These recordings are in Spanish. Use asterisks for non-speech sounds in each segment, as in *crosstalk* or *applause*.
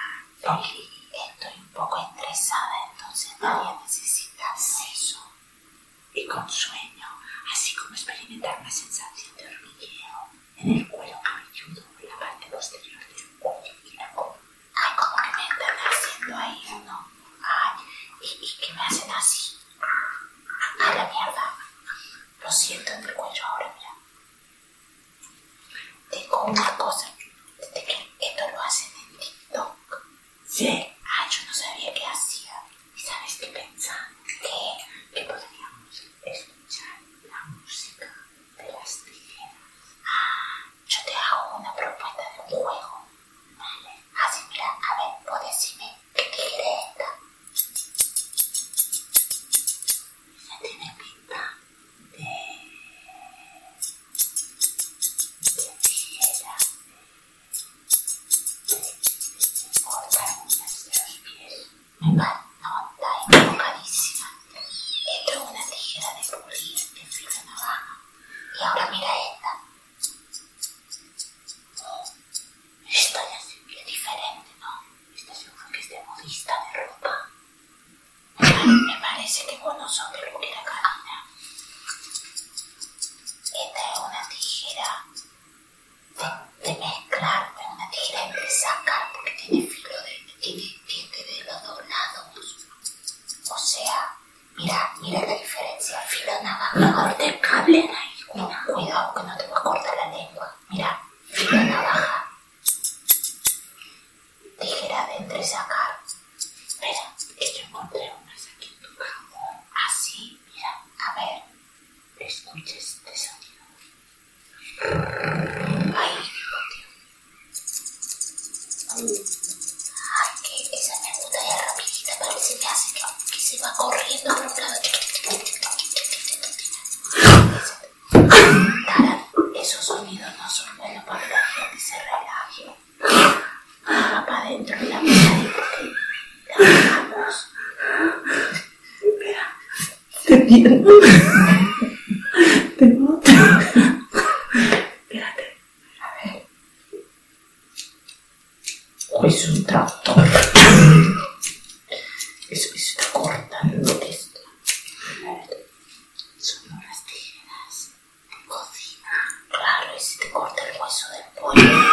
Estoy, estoy un poco estresada, entonces nadie necesita eso. Y con sueño, así como experimentar una sensación de hormigueo en el cuero cabelludo o en la parte posterior del cuello. Mira cómo, ay, cómo que me están haciendo ahí, ¿no? Ay, y, y que me hacen así. A la mierda. Lo siento en el cuello ahora, mira. Tengo una cosa de que esto lo hacen en TikTok. Sí. Ah, yo no sabía qué hacía. ¿Y sabes qué pensaba? Que, que podríamos escuchar la música de las tijeras. Ah, yo te hago una propuesta de un juego. Vale. Así, mira, a ver, vos decime qué tijera es esta. Esa tiene pinta de... de tijera. Cortar uñas de los pies. Me va, no, está enfocadísima. Esto es una tijera de pulir de filo navaja. Y ahora mira esta. Oh, Esta ya sí que es diferente, ¿no? Esta seguro que es de modista de ropa. Me parece que con nosotros lo que la camina. Esta es una tijera de, de mezclar, es una tijera de sacar porque tiene filo de, tiene diente de los dos lados. O sea, mira, mira la diferencia, filo navaja, corta el cable en ahí. No, cuidado que no te va a cortar la lengua. Mira, filo navaja. Tijera de entresacar. Espera, que yo encontré unas aquí en tu cama. Así, mira, a ver. Escucha este sonido. Ay, Dios. Ay, que esa me gusta ya rapidita, parece que hace que, que se va corriendo por un lado. Cara, esos sonidos no son buenos para que la gente se relaje. Va para adentro la mirada porque la bajamos. Espera. Te miedo. Te mato. Espérate. A ver. O es un tractor. Eso está cortando esto. A ver. Son unas tijeras de cocina. Claro, y si te corta el hueso del pollo.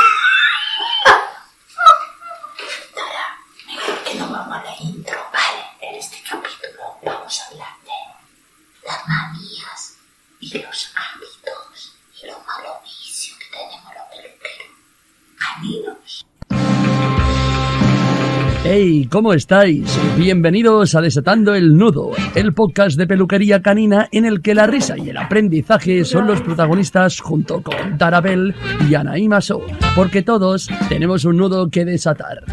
Tara, mejor que no vamos a la intro. Vale, en este capítulo vamos a hablar de las manías y los hábitos y los malos vicios que tenemos los peluqueros. Caminos. ¡Hey! ¿Cómo estáis? Bienvenidos a Desatando el Nudo, el podcast de peluquería canina en el que la risa y el aprendizaje son los protagonistas junto con Tarabel y Anaí Maso, porque todos tenemos un nudo que desatar.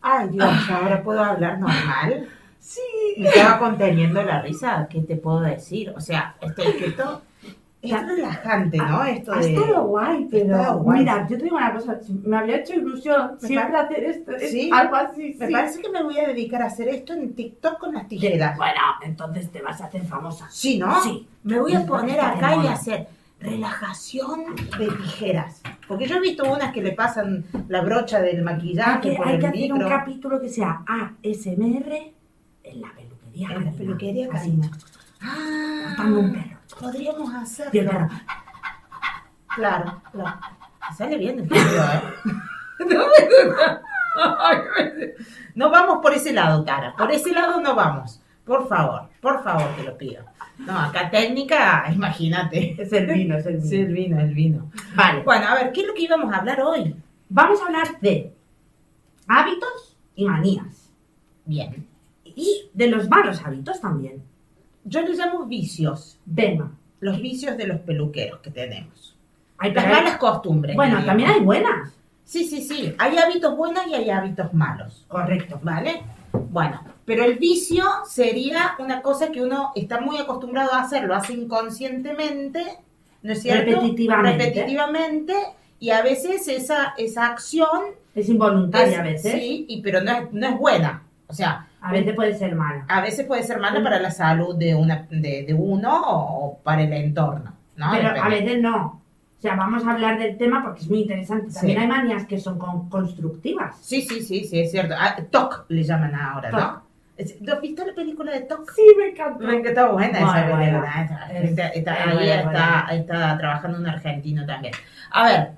Ay, Dios, ahora puedo hablar normal. Sí. Me estaba conteniendo la risa, ¿qué te puedo decir? O sea, este estoy quieto. Es relajante, ¿no? Esto Ah, Ha de. estado guay, pero Ah, estado guay. mira, yo te digo una cosa, me había hecho ilusión Me siempre pare- hacer esto, es Sí. algo así. Me sí. parece que me voy a dedicar a hacer esto en TikTok con las tijeras. Bueno, entonces te vas a hacer famosa. Sí, ¿no? Sí. Me voy a Me poner parece acá y mono. hacer relajación de tijeras. Porque yo he visto unas que le pasan la brocha del Hay maquillaje que, por hay el que hacer micro. un capítulo que sea ASMR en la peluquería. En la canina. peluquería Así, canina. chuc, chuc, chuc, Ah, cortando un perro. Podríamos Y el hacerlo. perro. Claro, claro. Me Sale bien el video, *laughs* ¿eh? No vamos por ese lado, Tara. Por ese lado no vamos. Por favor, por favor, te lo pido. No, acá técnica, imagínate. *laughs* Es el vino, es el vino. Sí, el vino, el vino. Vale, Bueno, a ver, ¿qué es lo que íbamos a hablar hoy? vamos a hablar de hábitos y manías. Bien. Y de los malos hábitos también. Yo le llamo vicios. Venga. Los vicios de los peluqueros que tenemos. Hay Las pero- malas costumbres. Bueno, diríamos. también hay buenas. Sí, sí, sí. Hay hábitos buenos y hay hábitos malos. Correcto. ¿vale? Bueno, pero el vicio sería una cosa que uno está muy acostumbrado a hacer, lo hace inconscientemente, ¿no es cierto? Repetitivamente. Repetitivamente, y a veces esa, esa acción Es involuntaria es- a veces. Sí, y, pero no es, no es buena. O sea, A veces puede ser mala. a veces puede ser mala para la salud de, una, de, de uno o, o para el entorno, ¿no? pero Ah, Depende. a veces no. O sea, vamos a hablar del tema porque es muy interesante. También Sí. hay manías que son con- constructivas. Sí, sí, sí, sí, es cierto. Ah, TOC le llaman ahora, Toc. ¿no? Es- ¿No has visto la película de TOC? Sí, me encanta. Me encantó buena esa Bueno, película. bueno. Esa- esta- esta- Es ahí buena, está, está trabajando un argentino también. A ver,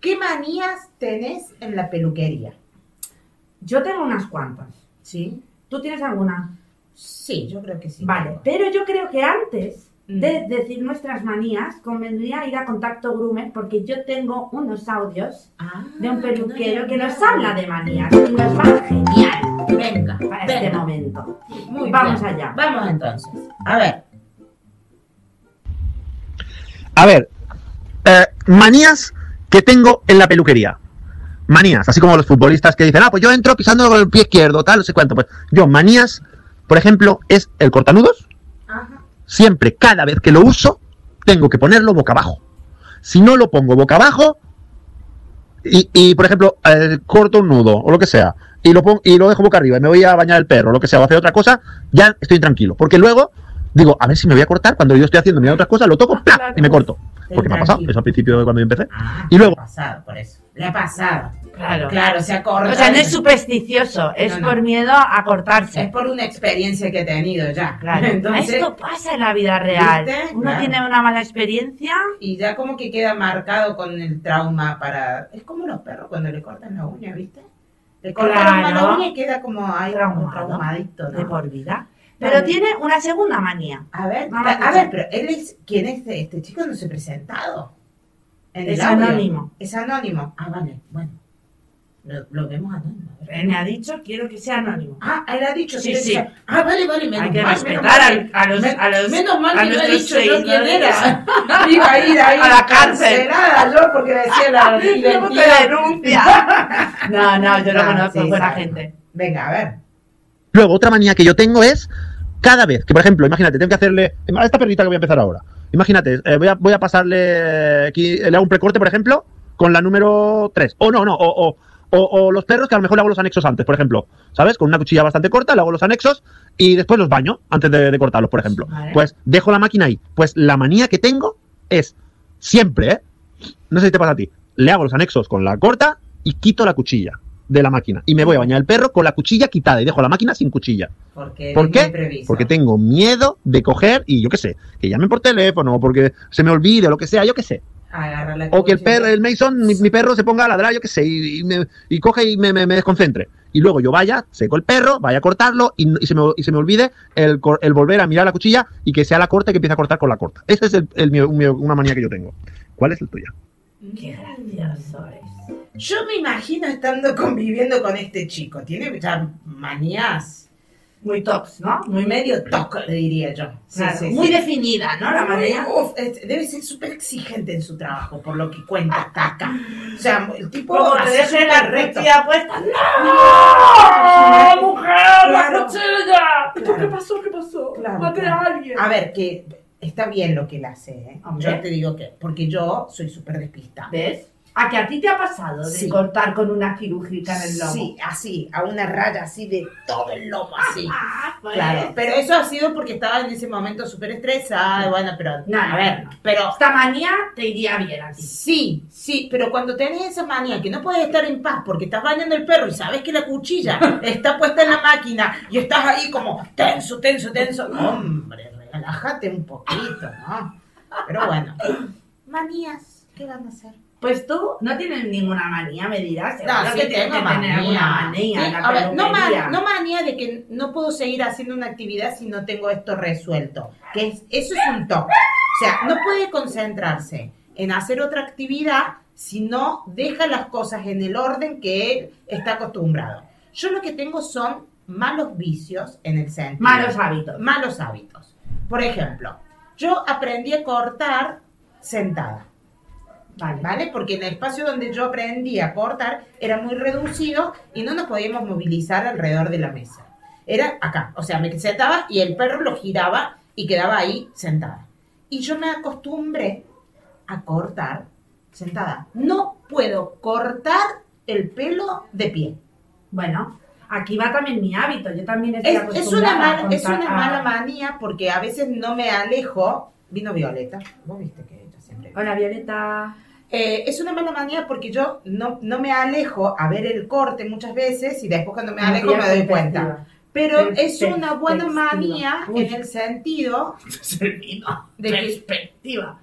¿qué manías tenés en la peluquería? Yo tengo unas cuantas. ¿Sí? ¿Tú tienes alguna? Sí, yo creo que sí. Vale, pero yo creo que antes Mm. de decir nuestras manías, convendría ir a contacto groomer porque yo tengo unos audios Ah, de un peluquero no, que no, nos no. habla de manías y nos va genial Venga, para este venga. momento. Muy Vamos bien. allá. Vamos entonces. A ver, A ver, eh, manías que tengo en la peluquería. Manías, así como los futbolistas que dicen, ah, pues yo entro pisando con el pie izquierdo, tal, no sé cuánto. Pues yo, manías, por ejemplo, es el cortanudos. Ajá. Siempre, cada vez que lo uso, tengo que ponerlo boca abajo. Si no lo pongo boca abajo, y, y, por ejemplo, eh, corto un nudo o lo que sea, y lo, pon- y lo dejo boca arriba, y me voy a bañar el perro, lo que sea, o hacer otra cosa, ya estoy tranquilo. Porque luego digo, a ver si me voy a cortar, cuando yo estoy haciendo mi otras cosas, lo toco, ¡plaf! y me corto. Porque me ha pasado, Tranquilo. eso al principio de cuando yo empecé. Ah, Y luego- Le ha pasado, por eso. Le ha pasado. Claro. Claro, se ha cortado. O sea, no es supersticioso, es No, no. por miedo a Es cortarse. por una experiencia que he tenido ya. Claro. *laughs* Entonces, Esto pasa en la vida real. ¿Viste? Uno Claro. tiene una mala experiencia. y ya como que queda marcado con el trauma para... Es como los perros cuando le cortan la uña, ¿viste? Le cortan Claro. la uña y queda como ahí Traumado. traumadito, ¿no? de por vida. Pero Vale. tiene una segunda manía. A ver, No, no, a, no. ver, pero él es... ¿Quién es este, este chico? No se ha presentado. En el Es audio. anónimo. Es anónimo. Ah, vale, bueno. Lo, lo vemos anónimo. a ver. Él me ha dicho, quiero que sea anónimo. Ah, él ha dicho, Sí, yo sí. decía, Ah, vale, vale, menos Hay que mal, respetar menos mal. al- a los- Men- a los- menos mal a que no he nuestros dicho yo quién seguidores. era. *laughs* Iba a ir ahí *laughs* A la cárcel. encarcelada yo porque decía *laughs* la identidad. No, no, yo lo Ah, conozco, sí, buena sabe. gente. Venga, a ver. Luego, otra manía que yo tengo es cada vez que, por ejemplo, imagínate, tengo que hacerle a esta perrita que voy a empezar ahora. Imagínate, eh, voy, a, voy a pasarle eh, aquí, le hago un precorte, por ejemplo, con la número 3. O no, no, o, o, o- o los perros que a lo mejor le hago los anexos antes, por ejemplo. ¿Sabes? Con una cuchilla bastante corta, le hago los anexos y después los baño antes de, de cortarlos, por ejemplo. Vale. Pues dejo la máquina ahí. Pues la manía que tengo es siempre, ¿eh? No sé si te pasa a ti. Le hago los anexos con la corta y quito la cuchilla de la máquina. Y me voy a bañar el perro con la cuchilla quitada y dejo la máquina sin cuchilla. Porque ¿Por es qué? imprevisto. Porque tengo miedo de coger y yo qué sé, que llamen por teléfono o porque se me olvide o lo que sea, yo qué sé. Agarra la O que el cuchilla. perro, el Mason, mi, mi perro se ponga a ladrar, yo qué sé, y, y me- y coge y me, me- me desconcentre. Y luego yo vaya, seco el perro, vaya a cortarlo y, y se, me, y se me olvide el, cor- el volver a mirar la cuchilla y que sea la corta y que empiece a cortar con la corta. Esa es el- el mío- un mío- una manía que yo tengo. ¿Cuál es el tuya? Qué gracioso es. Yo me imagino estando conviviendo con este chico. Tiene ya manías. Muy tox, ¿no? Muy medio toco, le diría yo. Sí, Claro, sí, muy sí. definida, ¿no? La manía. Uf, es- debe ser súper exigente en su trabajo, por lo que cuenta hasta acá. O sea, el tipo Como te así deje súper la recto. cuchilla puesta. Claro. Claro. ¿Esto Claro. qué pasó? ¿Qué pasó? Claro, Maté claro. a alguien. A ver, que está bien lo que él hace, ¿eh? Hombre. Yo te digo que, porque yo soy súper despistada. ¿Ves? A que a ti te ha pasado de Sí. cortar con una quirúrgica en el lomo. Sí, así, a una raya así de todo el lomo, así. Ah, pues. Claro, pero eso ha sido porque estaba en ese momento súper estresada, y bueno, pero, No, a no, ver, no. pero Esta manía te iría bien a ti. sí, sí, pero cuando tenés esa manía que no puedes estar en paz porque estás bañando el perro y sabes que la *laughs* cuchilla está puesta en la máquina y estás ahí como tenso, tenso, tenso, hombre, relájate un poquito, ¿no? Pero bueno, manías, ¿qué van a hacer? Pues tú no tienes ninguna manía, me dirás. seguro No, Ah, sí que tienes tengo que tener manía. alguna manía. Sí, en la a ver, no, peluquería. man- no manía de que no puedo seguir haciendo una actividad si no tengo esto resuelto. Que es, eso es un toque. O sea, no puede concentrarse en hacer otra actividad si no deja las cosas en el orden que él está acostumbrado. Yo lo que tengo son malos vicios en el sentido. Malos hábitos. Malos hábitos. Por ejemplo, yo aprendí a cortar sentada. Vale. ¿vale? Porque en el espacio donde yo aprendí a cortar era muy reducido y no nos podíamos movilizar alrededor de la mesa. Era acá, o sea, me sentaba y el perro lo giraba y quedaba ahí sentada. Y yo me acostumbré a cortar sentada. No puedo cortar el pelo de pie. Bueno, aquí va también mi hábito. Yo también estoy Es, es una acostumbrada a mala, es contar- una a- mala manía porque a veces no me alejo Vino Violeta. Vos viste que ella siempre. Hola, Violeta. Eh, es una mala manía porque yo no, no me alejo a ver el corte muchas veces y después cuando me alejo me doy cuenta. Pero es Perspectiva. una buena manía Uy. en el sentido de que *laughs* Perspectiva.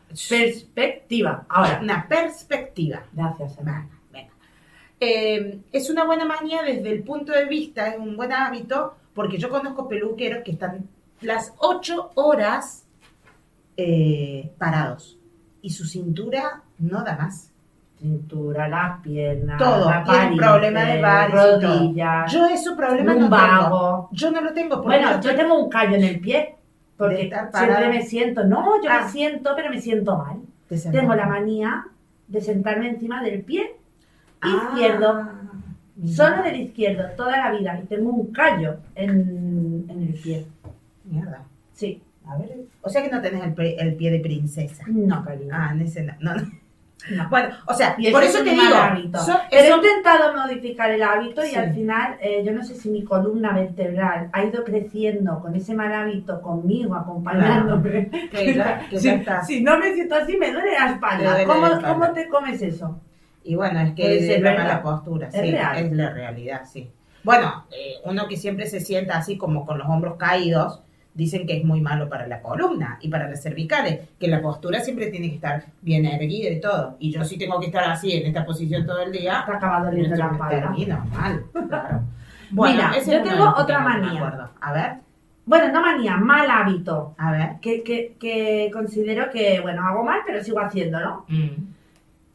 Perspectiva. Ahora. una perspectiva. Gracias, hermano. Venga. Eh, es una buena manía desde el punto de vista, es un buen hábito, porque yo conozco peluqueros que están las ocho horas eh, parados y su cintura no da más. Cintura, las piernas. Todo. la Tiene un pared, problema de varices y todo. rodillas, Yo ese problema no tengo. lumbago. Yo no lo tengo porque Bueno, yo yo tengo un callo en el pie. pues, De Porque estar siempre parada. me siento. No, yo Ah. me siento, pero me siento mal. te sentás. Tengo la manía de sentarme encima del pie Ah, izquierdo. mira, Solo del izquierdo, toda la vida. Y tengo un callo en, en el pie. Mierda. Sí. A ver, o sea que no tenés el, pre- el pie de princesa. No, cariño. Ah, en ese no. no, no. No. Bueno, o sea, Y por eso es te un mal digo, hábito. so- Pero eso- *laughs* he intentado modificar el hábito y Sí. al final, eh, yo no sé si mi columna vertebral ha ido creciendo con ese mal hábito conmigo, acompañándome. que ya- que si, ya está. si no me siento así, me duele la espalda. Te duele la ¿Cómo, espalda. cómo te comes eso? Y bueno, es que Puede es ser la verdad. mala postura, Es sí, real. es la realidad, sí. Bueno, eh, uno que siempre se sienta así como con los hombros caídos, dicen que es muy malo para la columna y para las cervicales, que la postura siempre tiene que estar bien erguida y todo. Y yo sí tengo que estar así, en esta posición todo el día, Te acaba doliendo la me espalda. termino mal, claro. Mira, ese yo es uno tengo de los que otra no me manía. acuerdo. A ver, Bueno, no manía, mal hábito. a ver. Que, que, que considero que, bueno, hago mal, pero sigo haciéndolo. Mm.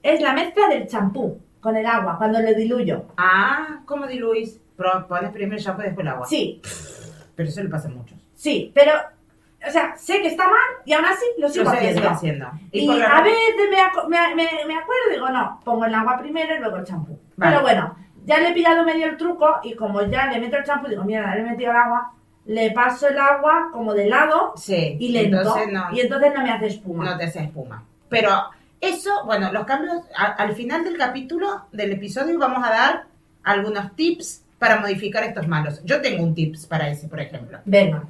Es la mezcla del champú con el agua, cuando lo diluyo. Ah, ¿cómo diluís? Pro- Pones primero el shampoo y después el agua. Sí, Pero eso le pasa a muchos. Sí, pero, o sea, sé que está mal y aún así lo Yo sigo sé que haciendo. estoy haciendo. Y, por la- a veces me, aco- me, me- me acuerdo y digo, no, pongo el agua primero y luego el champú. Vale. Pero bueno, ya le he pillado medio el truco y como ya le meto el champú, digo, mierda, le he metido el agua, le paso el agua como de lado Sí. y lento. Entonces no, Y entonces no me hace espuma. no te hace espuma. Pero eso, bueno, los cambios, a- al final del capítulo, del episodio, vamos a dar algunos tips para modificar estos malos. Yo tengo un tips para ese, por ejemplo. Venga,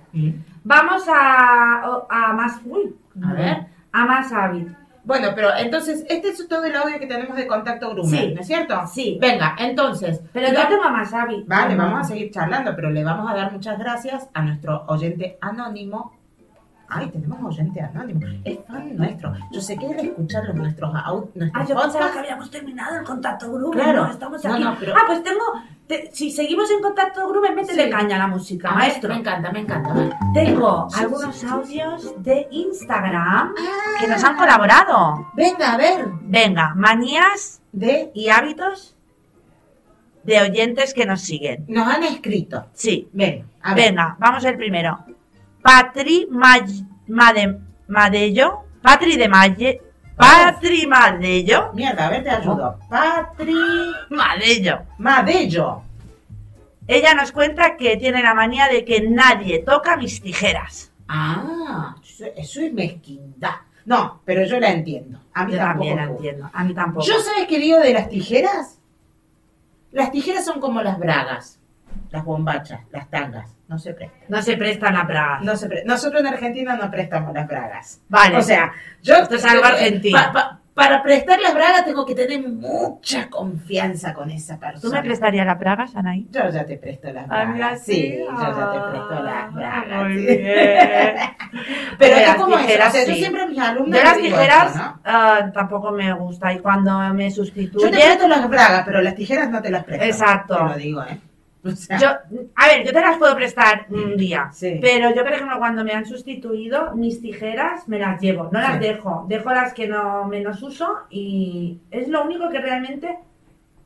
vamos a, o- a más... Uy, A ver. A más hábito. Bueno, pero entonces, este es todo el audio que tenemos de contacto grumen, Sí. ¿no es cierto? Sí, Venga, entonces. pero la- yo tengo más hábito. Vale, vamos a seguir charlando, pero le vamos a dar muchas gracias a nuestro oyente anónimo. Ay, tenemos oyente anónimo. Es fan nuestro. Yo sé que él escucha los- nuestros, au- Ah, nuestros yo pensaba podcasts. que habíamos terminado el contacto Grumen. Claro. No, estamos No, aquí. no, pero- Ah, pues tengo. te- si seguimos en contacto Grumen, métele Sí. caña a la música, Ah, maestro. Me encanta, me encanta. Vale. Tengo algunos audios de Instagram que nos han colaborado. Ah, Venga, a ver. Venga, manías De, y hábitos de oyentes que nos siguen. nos han escrito. Sí. Venga, a ver. Venga, vamos el primero. Patri May- Made- Madello. Patri de Malle. Patri Madello. Mierda, a ver, te ayudo. Patri Madello. Madello. Ella nos cuenta que tiene la manía de que nadie toca mis tijeras. Ah, eso, eso es mezquindad. No, pero yo la entiendo. A mí Yo tampoco. también la me gusta. entiendo, a mí tampoco. ¿Yo sabes qué digo de las tijeras? Las tijeras son como las bragas, las bombachas, las tangas. No se prestan. No se prestan a praga. No se pre- Nosotros en Argentina no prestamos las bragas. Vale, O sea, yo. Ah, Esto es algo eh, argentino. pa- pa- para prestar las bragas tengo que tener mucha confianza con esa ¿tú persona. me prestarías la praga, Sanaí? Yo ya te presto las Ah, bragas. mira, sí, sí. yo ya te presto Ah, las bragas. muy sí. bien. *laughs* Pero Las es como tijeras, eso. O sea, sí. yo siempre a mis alumnos. Yo las les digo tijeras eso, ¿no? ah, tampoco me gusta y cuando me Yo te sustituyen... presto las bragas, pero las tijeras no te las presto. Exacto. Te lo digo, ¿eh? *laughs* O sea, Yo, a ver, yo te las puedo prestar un día, Sí. pero yo, por ejemplo, cuando me han sustituido, mis tijeras me las llevo, no las Sí. dejo, dejo las que no menos uso y es lo único que realmente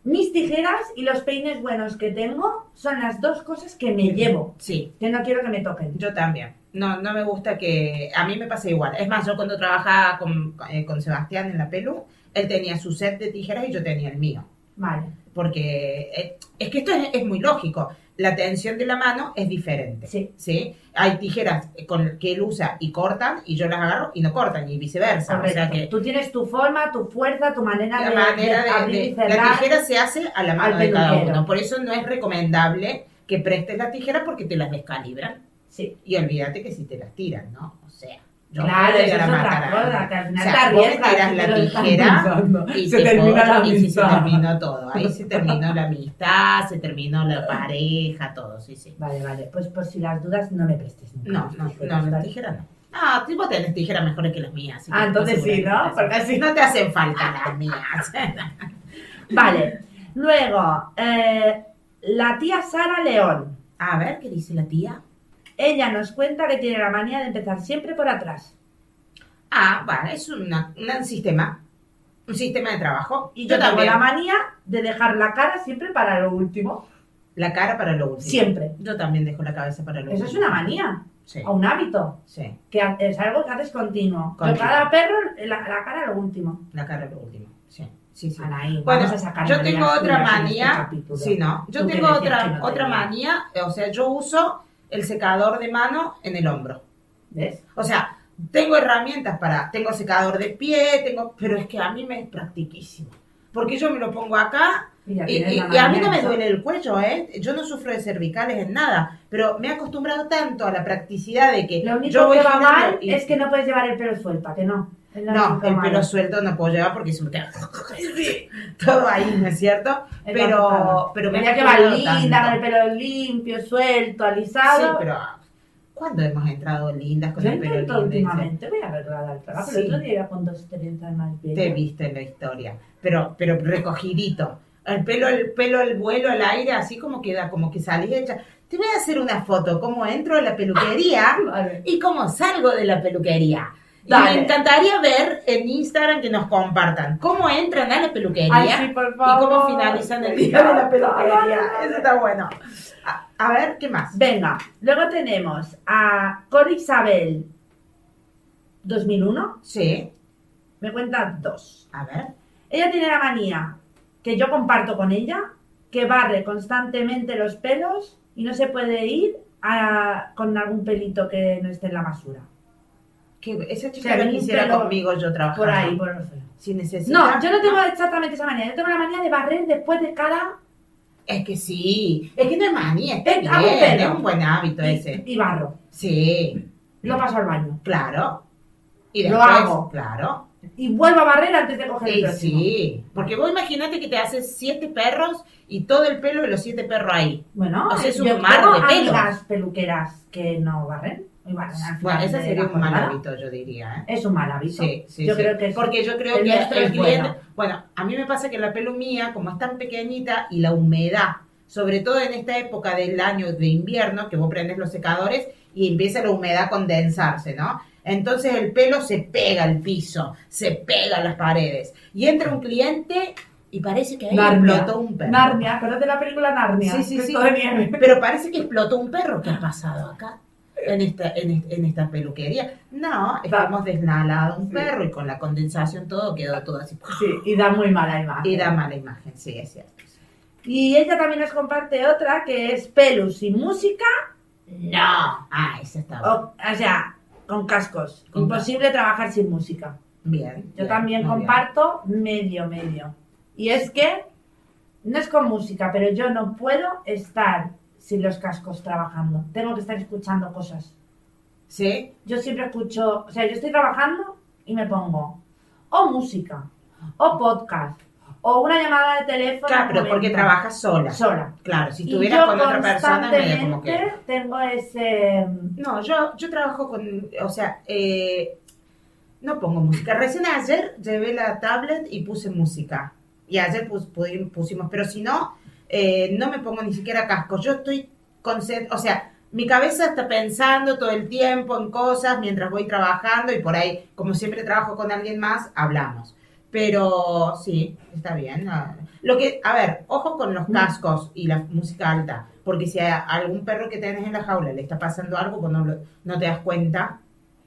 mis tijeras y los peines buenos que tengo son las dos cosas que me llevo, Sí, que no quiero que me toquen. yo también. No, no me gusta que... A mí me pasa igual. Es más, yo cuando trabajaba con, eh, con Sebastián en la pelu, él tenía su set de tijeras y yo tenía el mío. Vale, Porque eh, es que esto es, es muy lógico. La tensión de la mano es diferente. sí. ¿sí? Hay tijeras con que él usa y cortan y yo las agarro y no cortan y viceversa. Ah, O sea correcto. que Tú tienes tu forma, tu fuerza, tu manera, la de, manera de de, abrir de- y la cerrar. tijera se hace a la mano al de cada peluquero. uno. Por eso no es recomendable que prestes la tijera porque te las descalibran. Sí. Y olvídate que si te las tiran, ¿no? O sea, Claro, te eso es la otra matarán. cosa, que al O final te sea, vos arriesgas. tiras la pero estás tijera Pensando. y se termina la y sí, se amistad. terminó todo. Ahí se terminó la amistad, se terminó *laughs* la pareja, todo, sí, sí. Vale, vale, pues por si las dudas no me prestes nunca No, tus no, tijeras, no, las ¿vale? tijeras no. Ah, tú vos tenés tijeras mejores que las mías. así que Ah, entonces sí, ¿no? seguramente Porque así. No te hacen falta las mías. *laughs* Vale, luego, eh, la tía Sara León. A ver, ¿qué dice la tía? Ella nos cuenta que tiene la manía de empezar siempre por atrás. Ah, bueno, es una- una- un sistema. Un sistema de trabajo. Y yo, tengo la manía de dejar la cara siempre para lo último. La cara para lo último. Siempre. Yo también dejo la cabeza para lo Eso último. es una manía Sí, o un hábito, sí, que ha- es algo que haces continuo. Yo Continuo. cada perro, la, la cara a lo último. la cara para lo último. Sí, sí, sí. Anaí, Bueno, vamos a sacar yo manías tengo otra tuyas en manía, este capítulo. Sí, no. Yo Tú que tengo decías que otra, no otra tenía. manía, o sea, yo uso el secador de mano en el hombro. ¿Ves? O sea, tengo herramientas para, tengo secador de pie, tengo, pero es que a mí me es practiquísimo. Porque yo me lo pongo acá Mira, y, tienes y- la y a mí manía no me esa. duele el cuello, ¿eh? Yo no sufro de cervicales en nada, pero me he acostumbrado tanto a la practicidad de que Lo único yo voy que va girando mal y- es que no puedes llevar el pelo suelta, que no. Es lo No, único el malo. pelo suelto no puedo llevar porque se me queda sí, *laughs* todo ahí, ¿no es cierto? Es Pero, complicado. pero me he Tenía que va acostumbrado linda, tanto. con el pelo limpio, suelto, Sí, alisado. pero ah, ¿cuándo hemos entrado lindas con Yo el pelo intento lindo? últimamente, voy a arreglar el trabajo, Sí. el otro día iba con dos trenzas más Dice, Te he bellas. visto en la historia, pero, pero recogidito. El pelo, el pelo, el vuelo, al aire, así como queda, como que salís hecha. Te voy a hacer una foto, cómo entro a la peluquería Vale. y cómo salgo de la peluquería. Y Dale. me encantaría ver en Instagram que nos compartan cómo entran a la peluquería Ay, sí, por y favor. cómo finalizan el día de la peluquería. *laughs* Eso está bueno. A, a ver, ¿qué más? Venga, luego tenemos a Cor Isabel 2001, Sí, me cuenta dos. a ver. Ella tiene la manía que yo comparto con ella, que barre constantemente los pelos y no se puede ir a- con algún pelito que no esté en la basura. Que esa O chica sea, lo un quisiera pelo conmigo yo trabajar. Por ahí, por lo feo. Si necesita. No, yo no tengo exactamente esa manía. Yo tengo la manía de barrer después de cada Es que sí. Es que no es manía, está Es bien, algo bueno. Es un buen hábito y, ese. y barro. Sí, Lo paso al baño. claro. Y Lo después, hago. claro. Y vuelvo a barrer antes de coger el Sí, próximo. sí. Porque vos imagínate que te haces siete perros y todo el pelo de los siete perros ahí. Bueno, O sea, es un yo mar tengo de pelos. amigas peluqueras que no barren. Y barren al final Bueno, ese de sería la un mal jornada. hábito, yo diría, ¿eh? Es un mal hábito. Sí, sí, yo sí. creo que es- Porque yo creo el que nuestro el es cliente... bueno. bueno, a mí me pasa que la pelo mía, como es tan pequeñita y la humedad, sobre todo en esta época del año de invierno, que vos prendes los secadores y empieza la humedad a condensarse, ¿no? Entonces el pelo se pega al piso, se pega a las paredes. Y entra un cliente y parece que ahí Narnia. explotó un perro. Narnia, acuérdate de la película Narnia. Sí, sí, que es sí. todo de nieve. Pero parece que explotó un perro. ¿Qué ha pasado acá? En esta, en, est- en esta peluquería. No, estamos desnalado un Sí. perro y con la condensación todo quedó todo así. Sí, y da muy mala imagen. Y da mala imagen, sí, es cierto. Y ella también nos comparte otra que es pelus y música. No. Ah, esa está buena. O, o sea, con cascos. Con Imposible trabajar sin música. bien. Yo bien, también muy bien. comparto medio, medio. Y es que no es con música, pero yo no puedo estar sin los cascos trabajando. Tengo que estar escuchando cosas. Sí, Yo siempre escucho, o sea, yo estoy trabajando y me pongo o música, o podcast, o una llamada de teléfono. claro, pero porque momento, trabajas sola. sola. Claro, si Y estuvieras yo con otra persona, medio como que. constantemente tengo ese... No, yo, yo trabajo con, o sea, eh, no pongo música. Recién ayer llevé la tablet y puse música. Y ayer pus- pudi- pusimos, pero si no, eh, no me pongo ni siquiera casco. Yo estoy concent- o sea, mi cabeza está pensando todo el tiempo en cosas mientras voy trabajando y por ahí, como siempre trabajo con alguien más, hablamos. Pero sí, está bien. ah. Lo que, a ver, ojo con Mm. los cascos y la música alta, porque si a algún perro que tenés en la jaula le está pasando algo, pues no, lo- no te das cuenta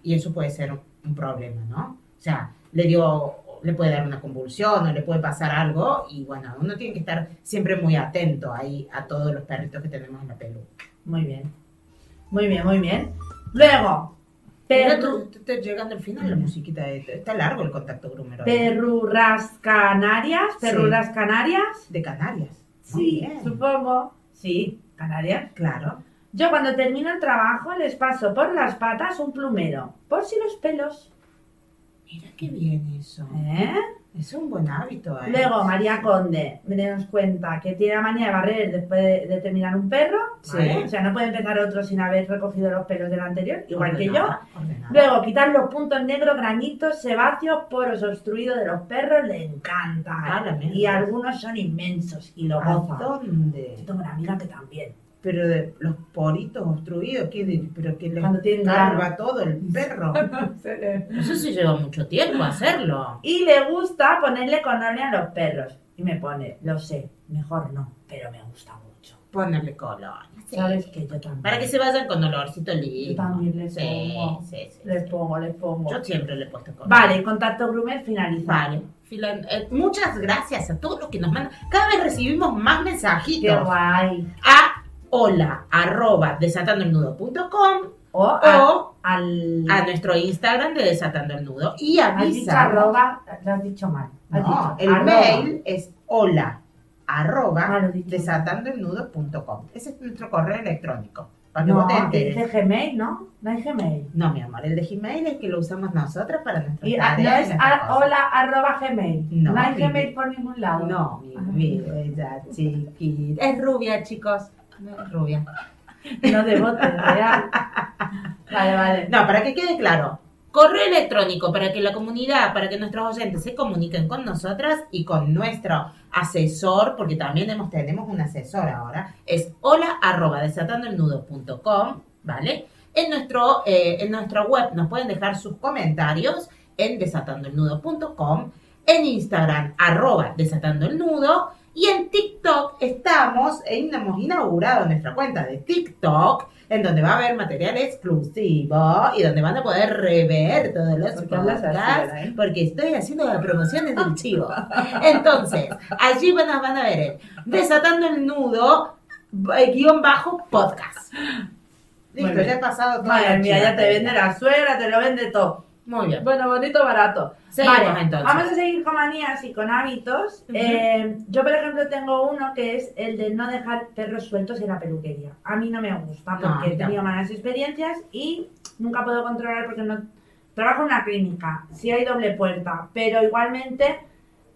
y eso puede ser un, un problema, ¿no? O sea, le dio, le puede dar una convulsión o le puede pasar algo y bueno, uno tiene que estar siempre muy atento ahí a todos los perritos que tenemos en la pelu. Muy bien, muy bien, muy bien. Luego, Mira, perru- tú- tú- tú- llegando al final la musiquita, de- está largo el contacto grumero hoy. Perruras Canarias, Sí. Perruras Canarias. de Canarias. Muy Sí, bien. supongo. Sí, Canarias. Claro. Yo cuando termino el trabajo les paso por las patas un plumero, por si los pelos. Mira qué bien eso. ¿Eh? Es un buen hábito, ¿eh? Luego María Conde, me damos cuenta que tiene la manía de barrer después de, de terminar un perro. Sí. ¿vale? O sea, no puede empezar otro sin haber recogido los pelos del anterior, igual que yo. Ordenada, ordenada. Luego, quitar los puntos negros, granitos, sebáceos, poros obstruidos de los perros, le encanta. Ah, la mierda. y algunos son inmensos y lo ¿A goza. Yo dónde? tengo una amiga que *laughs* también. Pero de los poritos obstruidos, ¿qué de- pero que le Cuando tiene carga todo el perro. *laughs* Eso sí lleva mucho tiempo hacerlo. Y le gusta ponerle colonia a los perros. Y me pone, lo sé, mejor no, pero me gusta mucho. Ponerle colonia. ¿Sabes que Yo también. Para que se vayan con olorcito lindo. Yo también le sí, pongo. sí, sí, Les sí. pongo, les pongo. Yo siempre le he puesto colonia. Vale, contacto groomer finalizado. Vale. Filan- eh, muchas gracias a todos los que nos mandan. Cada vez recibimos más Qué mensajitos. guay. A hola arroba desatandoelnudo.com O, a- o al... a nuestro Instagram de Desatando el Nudo y Has dicho avisa. arroba, lo has dicho mal. Has No, dicho el arroba. mail es hola Ah, arroba lo he dicho. desatandoelnudo.com. Ese es nuestro correo electrónico. Para que No, vos te que enteres. dice Gmail, ¿no? No hay Gmail. No, mi amor, el de Gmail es que lo usamos nosotras para nuestras Y a- no tareas. es y nuestras a- cosas. hola arroba Gmail. No, No, hay mi- Gmail por ningún lado. No, mi Ah. vida, chiquita. Es rubia, chicos. No es rubia. No de *laughs* bote, real. Vale, vale. No, para que quede claro. Correo electrónico para que la comunidad, para que nuestros oyentes se comuniquen con nosotras y con nuestro asesor, porque también hemos, tenemos un asesor ahora, es hola arroba desatandoelnudo.com, ¿vale? En, nuestro, eh, en nuestra web nos pueden dejar sus comentarios en desatandoelnudo.com, en Instagram arroba desatandoelnudo y en TikTok estamos, e hemos inaugurado nuestra cuenta de TikTok en donde va a haber material exclusivo y donde van a poder rever todos los ¿Por qué hablas así, podcasts Adai? porque estoy haciendo las promociones del chivo. Entonces, allí van a, van a ver el Desatando el Nudo eh, guión bajo podcast. Listo, Muy bien. ya he pasado toda la Madre mía, ya chivata. te vende la suegra, te lo vende todo. Muy bien. Bueno, bonito, barato. Seguimos vale, entonces. vamos a seguir con manías y con hábitos. Ujú. Eh, yo, por ejemplo, tengo uno que es el de no dejar perros sueltos en la peluquería. A mí no me gusta No, a porque mí he tenido malas experiencias y nunca puedo controlar porque no trabajo en una clínica. Sí hay doble puerta, pero igualmente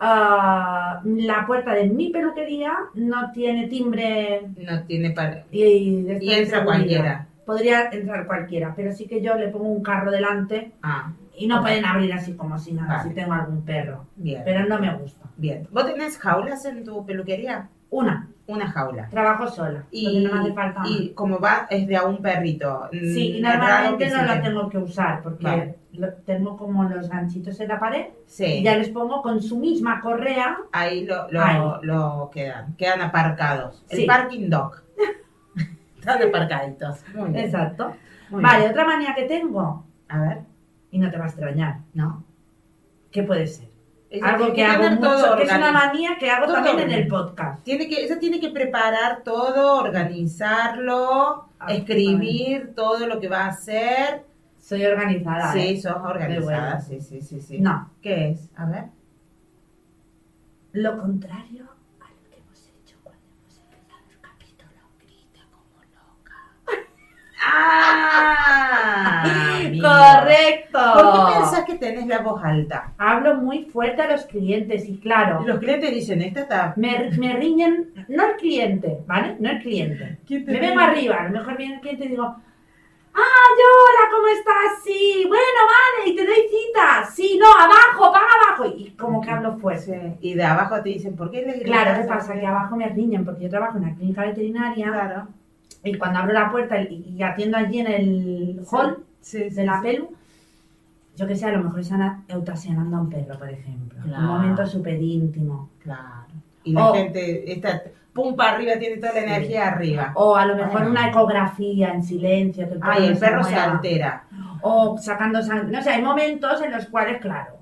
ah, la puerta de mi peluquería no tiene timbre No tiene para. y, y de Y esta entra seguridad. cualquiera. Podría entrar cualquiera, pero sí que yo le pongo un carro delante Ah, y no Vale. pueden abrir así como si nada, Vale. si tengo algún perro. bien. Pero no me gusta. Bien. ¿Vos tenés jaulas en tu peluquería? Una, Una jaula. trabajo sola. Y, Y, no me hace falta. y como va, es de a un perrito. más. sí, y Mm, es raro normalmente que no se lo te- tengo que usar porque Vale. lo- tengo como los ganchitos en la pared. Sí. y Ya les pongo con su misma correa. ahí lo, lo, Ahí. lo quedan, quedan aparcados. El Sí. parking *laughs* dog. Están aparcaditos. Muy bien. Exacto. muy vale, bien. otra manía que tengo, A ver, y no te va a extrañar, ¿no? ¿qué puede ser? Ella Algo tiene que hago tener mucho, que es una organiz- manía que hago Todo también en organizado. el podcast. tiene que, ella tiene que preparar todo, organizarlo, Ah, escribir todo lo que va a hacer. Soy organizada. sí, ¿eh? sos Muy organizada. bueno. Sí, sí, sí, sí. No, ¿Qué es? A ver. lo contrario a lo que hemos hecho cuando hemos empezado el capítulo. Grita como *laughs* *laughs* ¡Ah! amigo. ¡Correcto! ¿Por qué pensás que tenés la voz alta? Hablo muy fuerte a los clientes y Y claro, Los clientes dicen, esta está... me, me riñen, no el cliente, ¿vale? No el cliente. ¿Quién te Me dice? vengo arriba, a lo mejor viene el cliente y digo, ¡Ah, Yola, ¿cómo estás? Sí, bueno, vale, y te doy cita. Sí, no, abajo, paga abajo. Y como que hablo Sí, fuerte. pues, Y de abajo te dicen, ¿por qué le gritas? Claro, ¿qué pasa? Que abajo me riñen porque yo trabajo en la clínica veterinaria. Claro. y cuando abro la puerta y, y atiendo allí en el hall Sí, de la pelu, yo que sé, a lo mejor están eutasianando a un perro, por ejemplo. Claro. Un momento súper íntimo. Claro. Y la O- gente está pumpa arriba, tiene toda la Oh. Sí. energía arriba. O a lo mejor Ay. una ecografía en silencio. Que el Ay, el no perro se mueva. altera. O sacando sangre. No sé, hay momentos en los cuales, claro.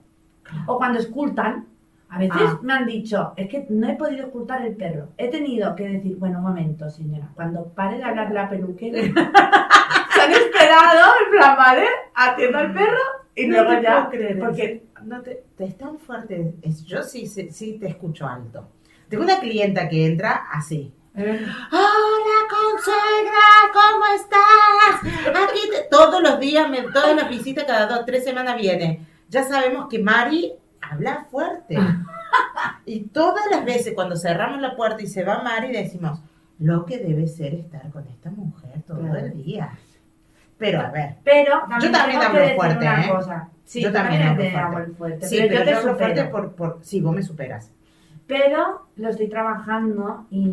O cuando escultan. A veces Ah. me han dicho, es que no he podido escultar el perro. He tenido que decir, bueno, un momento, señora, cuando pare de hablar la peluquera. *laughs* se han esperado, en plan, ¿vale? Atiendo al perro y Mm. No luego te ya. puedo creer porque No te, te es tan fuerte. Es- yo sí, sí, sí te escucho alto. Tengo una clienta que entra así. Hola, consuegra, ¿cómo estás? Aquí te- todos los días, me, todas las visitas, cada dos, tres semanas viene. Ya sabemos que Mari habla fuerte. Y todas las veces cuando cerramos la puerta y se va Mari, decimos, lo que debe ser estar con esta mujer todo Claro. el día. Pero a ver, Pero también Yo también tengo hablo que decir fuerte, una ¿eh? cosa. Sí, Yo tú también hablo te fuerte. hablo fuerte. sí, pero, pero yo yo te hablo fuerte supero. por, por, sí, vos me superas. Pero lo estoy trabajando y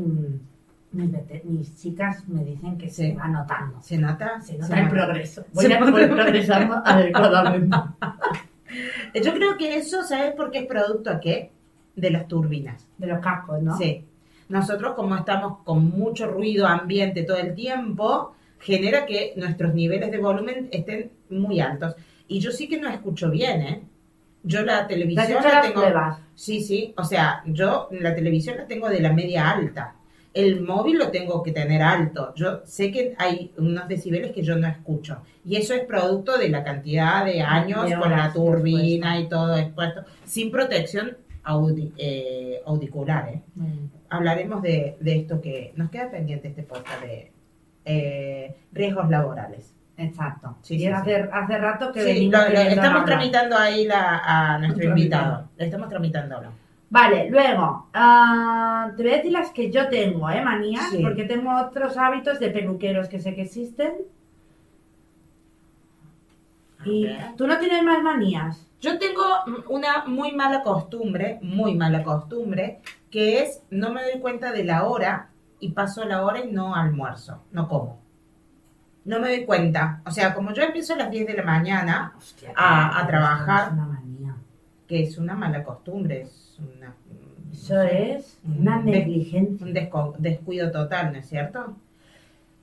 mis, vete- mis chicas me dicen que se Sí. va notando. ¿Se nota? Se nota el progreso. Voy Se a nota el poder progresar adecuadamente. Yo creo que eso, ¿sabes por qué es producto a qué? De las turbinas. De los cascos, ¿no? Sí. Nosotros, como estamos con mucho ruido ambiente todo el tiempo, genera que nuestros niveles de volumen estén muy altos. Y yo sí que no escucho bien, ¿eh? Yo la ¿Te has televisión hecho la las tengo. pruebas? Sí, sí. O sea, yo la televisión la tengo de la media alta. El móvil lo tengo que tener alto. Yo sé que hay unos decibeles que yo no escucho. Y eso es producto de la cantidad de años De con la horas, turbina y todo expuesto. Sin protección audi- eh, auricular, ¿eh? hablaremos de, de esto que nos queda pendiente este podcast de eh, riesgos laborales. Exacto. Sí, y sí, hace, hace rato que Sí, venimos lo- lo- queriendo estamos hablar. tramitando ahí la- a nuestro Tramitando. invitado. Lo estamos tramitando ahora. Vale, luego, ah, te voy a decir las que yo tengo, ¿eh? Manías, Sí. porque tengo otros hábitos de peluqueros que sé que existen. Y Ah, Ok. tú no tienes más manías. Yo tengo mm, una muy mala costumbre, muy mala costumbre, que es no me doy cuenta de la hora y paso la hora y no almuerzo, no como. No me doy cuenta. O sea, como yo empiezo a las 10 de la mañana, Hostia, A- qué a mal, trabajar. eso Es una manía. que es una mala costumbre, es una... mm, no Eso sé. es una Mm, de- negligencia. un desco- descuido total, ¿no es cierto?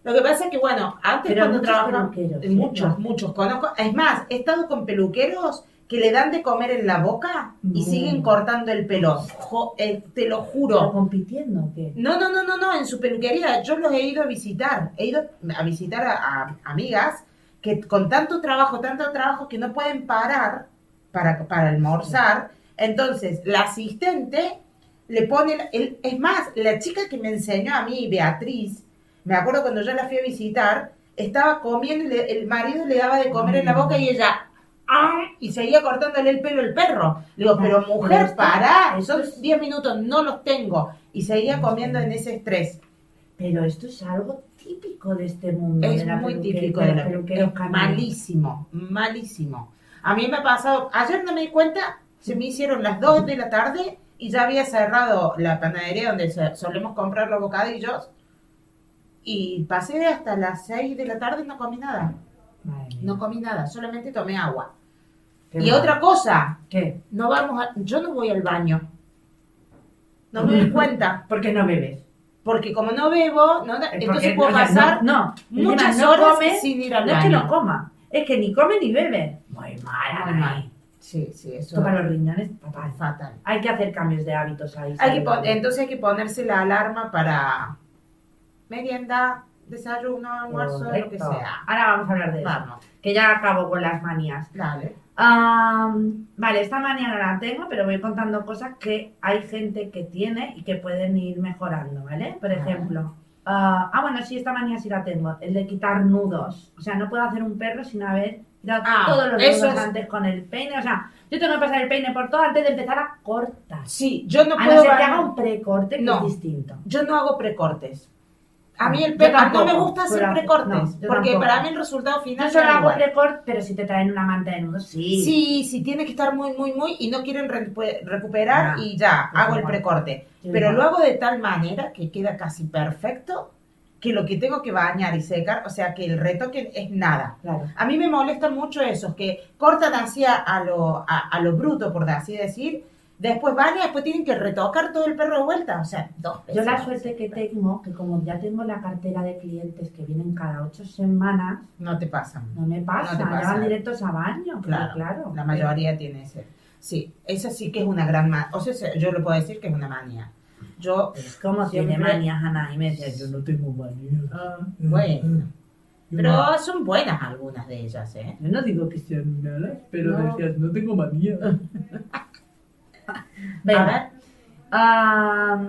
Lo que pasa es que, bueno, antes Pero cuando muchos trabajaba, peluqueros, eh, ¿sí? muchos, No. muchos conozco, es más, he estado con peluqueros que le dan de comer en la boca y Mm. siguen cortando el pelo, Jo- eh, te lo ¿Pero juro. compitiendo o qué? No, no, no, no, no, en su peluquería yo los he ido a visitar, he ido a visitar a, a amigas que con tanto trabajo, tanto trabajo que no pueden parar para, para almorzar, entonces la asistente le ponen, el, es más, la chica que me enseñó a mí, Beatriz, me acuerdo cuando yo la fui a visitar, estaba comiendo, y le- el marido le daba de comer en la boca y ella, ¡ah! y seguía cortándole el pelo al perro. Le digo, pero mujer, pará, son 10 minutos, no los tengo. Y seguía comiendo en ese estrés. Pero esto es algo típico de este mundo. Es de la muy peluquería, típico de la peluqueros es canina. Malísimo, malísimo. A mí me ha pasado, ayer no me di cuenta, se me hicieron las 2 de la tarde y ya había cerrado la panadería donde so- solemos comprar los bocadillos. Y pasé hasta las 6 de la tarde y no comí nada. Madre mía. No comí nada, solamente tomé agua. Qué Y mal. otra cosa, ¿Qué? no vamos a- yo no voy al baño. No me *laughs* doy cuenta, ¿Por qué no bebes? porque como no bebo, no- Eh, entonces porque, puedo o sea, pasar no, no, muchas encima no horas come, sin ir al No es baño. que no coma, es que ni come ni bebe. Muy mal, Muy Ana, mal. ¿eh? Sí, sí, eso Esto para los riñones, fatal. es fatal. Hay que hacer cambios de hábitos ahí. Hay que pon- saludables. entonces hay que ponerse la alarma para merienda, desayuno, almuerzo, lo que Correcto. sea. Ahora vamos a hablar de eso, Vamos, que ya acabo con las manías. dale. Am, vale, esta manía no la tengo, pero voy contando cosas que hay gente que tiene y que pueden ir mejorando, ¿vale? Por Vale. ejemplo, ah, ah, bueno, sí, esta manía sí la tengo, el de quitar nudos. O sea, no puedo hacer un perro sin haber quitado Ah, todos los nudos eso es- antes con el peine. O sea, yo tengo que pasar el peine por todo antes de empezar a cortar. Sí, yo no a puedo. no ser que bañar- haga un precorte que No. es distinto. Yo no hago precortes. A mí el Yo pe- a- no tampoco, me gusta hacer pero- precortes, no, yo porque tampoco. para mí el resultado final Yo solo me da hago igual. precorte, pero si te traen una manta de nudos, sí. Sí, sí, tiene que estar muy, muy, muy y no quieren re- pues, recuperar Ah, y ya, pues hago el igual. precorte. Yo Pero igual. lo hago de tal manera que queda casi perfecto que lo que tengo que bañar y secar, o sea que el retoque es nada. Claro. A mí me molesta mucho eso, que cortan así a, a lo, a, a lo bruto, por así decir, después bañan, después tienen que retocar todo el perro de vuelta, o sea, dos Yo veces. la suerte que tengo, que como ya tengo la cartera de clientes que vienen cada ocho semanas, No te pasan. no me pasa, No te ya pasa. van directos a baño, Claro, claro, claro. La mayoría tiene ese. Sí, eso sí que es una gran manía. O sea, se- yo lo puedo decir que es una manía. Yo, Es como si Siempre- tiene manías Ana y me decía, yo no tengo manías. ah, mm, bueno. Pero son buenas algunas de ellas, ¿eh? Yo no digo que sean malas, pero No. decías, no tengo manías. A Venga, ver, ah,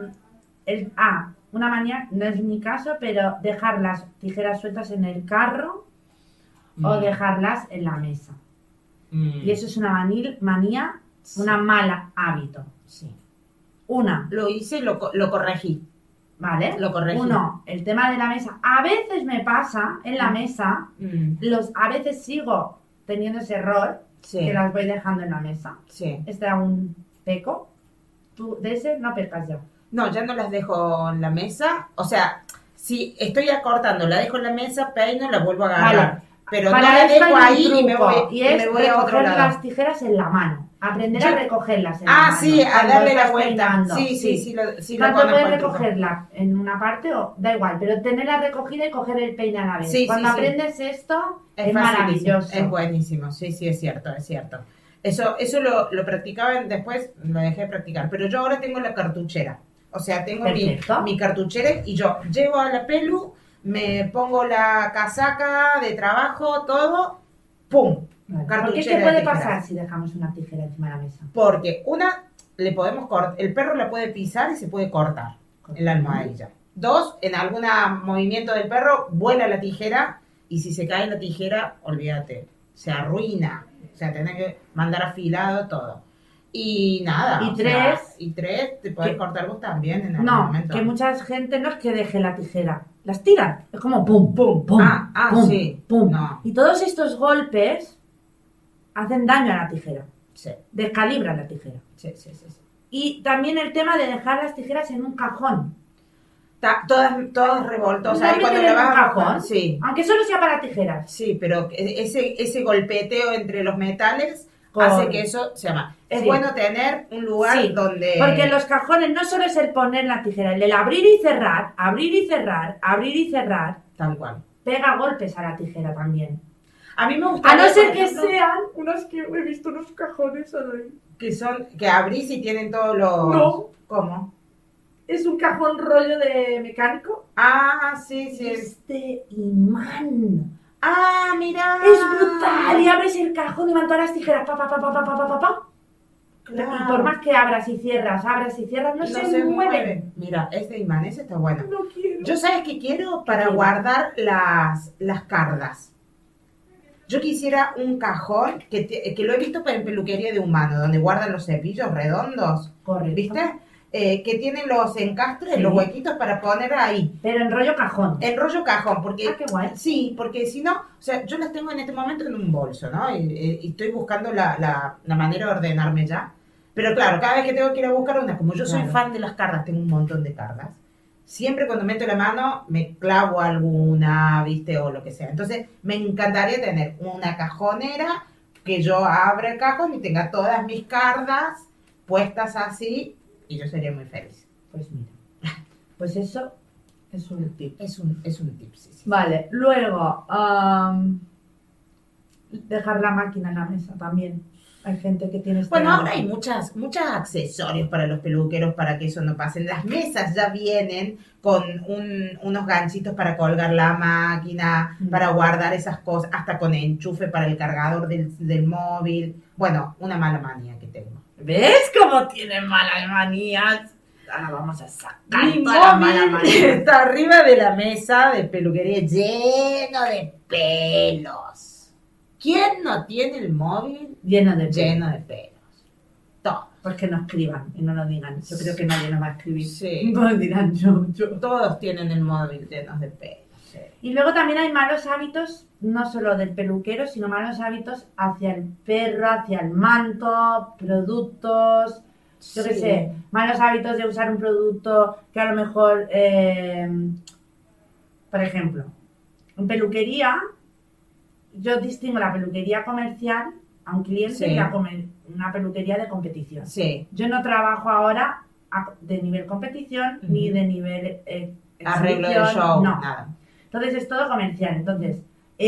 el, ah, una manía, no es mi caso, pero dejar las tijeras sueltas en el carro Mm. o dejarlas en la mesa. Mm. Y eso es una manil- manía, una mala hábito. Sí. Una, Lo hice y lo, co- lo corregí. ¿vale? Lo corregí. Uno, el tema de la mesa. A veces me pasa en la mesa, Mm, los, a veces sigo teniendo ese error Sí. que las voy dejando en la mesa. Sí. Este aún peco. Tú de ese no pecas ya. No, ya no las dejo en la mesa. O sea, si estoy acortando, la dejo en la mesa, peino, la vuelvo a agarrar. Vale. Pero no la esto hay dejo un ahí y me truco, voy, y me es voy a otro recoger lado. las tijeras en la mano. Aprender Yo- a recogerlas en la mano. Ah, sí, a cuando darle la estás vuelta. peinando. Sí, sí, sí, lo, sí, lo Tanto conozco. puedes el truco. recogerla en una parte o da igual, pero tenerla recogida y coger el peine a la vez. Sí, sí, Cuando sí. aprendes esto, es, facilísimo, maravilloso. Es buenísimo, sí, sí, es cierto, es cierto. Eso, eso lo, lo practicaba en- después, lo dejé de practicar. Pero yo ahora tengo la cartuchera. O sea, tengo mi, Perfecto. mi cartuchera y yo llego a la pelu, me pongo la casaca de trabajo, todo, ¡pum! Vale. ¿Por qué Cartuchera qué de puede tijeras. pasar si dejamos una tijera encima de la mesa? Porque una, le podemos cortar, el perro la puede pisar y se puede cortar en la almohadilla. Dos, en algún movimiento del perro vuela la tijera y si se cae la tijera, olvídate, se arruina. O sea, tenés que mandar afilado todo. Y nada. Y o sea, tres. y tres, te podés Que- cortar vos también en algún No, momento. que mucha gente no es que deje la tijera, las tiran. Es como pum, pum, pum. Ah, ah, pum, sí. pum. No. Y todos estos golpes hacen daño a la tijera, Sí, descalibran la tijera. sí, sí, sí, sí. Y también el tema de dejar las tijeras en un cajón. Ta- todas, todas revoltosas. ¿No Ahí cuando meten la en vas un a bajar, cajón? Sí, Aunque solo sea para tijeras. sí, pero ese, ese golpeteo entre los metales hace Con- que eso sea más. Es eh, Sí. bueno tener un lugar Sí, donde. Porque los cajones no solo es el poner la tijera, el, el abrir y cerrar, abrir y cerrar, abrir y cerrar, Tal cual. pega golpes a la tijera también. A mí me gusta. A no ser que ejemplo, sean... Unas que he visto unos cajones ahí. Que son. Que abrís y tienen todos los. No. ¿Cómo? Es un cajón rollo de mecánico. Ah, sí, sí. Este imán. Ah, mira. Es brutal. Y abres el cajón y van todas las tijeras. Pa, pa, pa, pa, pa, pa, pa, pa, pa. Claro. Y por más que abras y cierras, abras y cierras, no, se, mueven. Mira, este imán, ese está bueno. No quiero. Yo sabes que quiero para Sí. guardar las, las cardas. Yo quisiera un cajón que, te- que lo he visto en peluquería de humano, donde guardan los cepillos redondos. Correcto. ¿Viste? Eh, que tienen los encastres, Sí. los huequitos para poner ahí. Pero en rollo cajón. En rollo cajón, porque. Ah, qué guay. Sí, porque si no, o sea, yo las tengo en este momento en un bolso, ¿no? Y, y- y estoy buscando la, la- la manera de ordenarme ya. Pero claro, cada vez que tengo que ir a buscar una, como yo soy Claro. fan de las cartas, tengo un montón de cartas. Siempre cuando meto la mano me clavo alguna, ¿viste? O lo que sea. Entonces, me encantaría tener una cajonera que yo abra el cajón y tenga todas mis cartas puestas así y yo sería muy feliz. Pues mira. Pues eso es un tip. Es un, es un tip, sí, sí. Vale, luego, am, dejar la máquina en la mesa también. Hay gente que tiene... este Bueno, hábito. ahora hay muchas, muchos accesorios para los peluqueros para que eso no pase. Las mesas ya vienen con un- unos ganchitos para colgar la máquina, Mm. para guardar esas cosas, hasta con enchufe para el cargador del, del móvil. Bueno, una mala manía que tengo. ¿Ves cómo tienen malas manías? Ahora vamos a sacar Mi toda la mala móvil manía. está arriba de la mesa de peluquería lleno de pelos. ¿Quién no tiene el móvil Lleno de... lleno de pelos? Todos. Porque no escriban y no lo digan. Yo creo que nadie nos va a escribir. *laughs* Sí. No lo dirán yo, yo. Todos tienen el móvil lleno de pelos. sí. Y luego también hay malos hábitos, no solo del peluquero, sino malos hábitos hacia el perro, hacia el manto, productos, yo qué Sí. sé, malos hábitos de usar un producto que a lo mejor, eh, por ejemplo, en peluquería, yo distingo la peluquería comercial a un cliente Sí. y la comer- una peluquería de competición. Sí, Yo no trabajo ahora a- de nivel competición ni de nivel eh, arreglo de exhibición, show, no. nada. Entonces es todo comercial. Entonces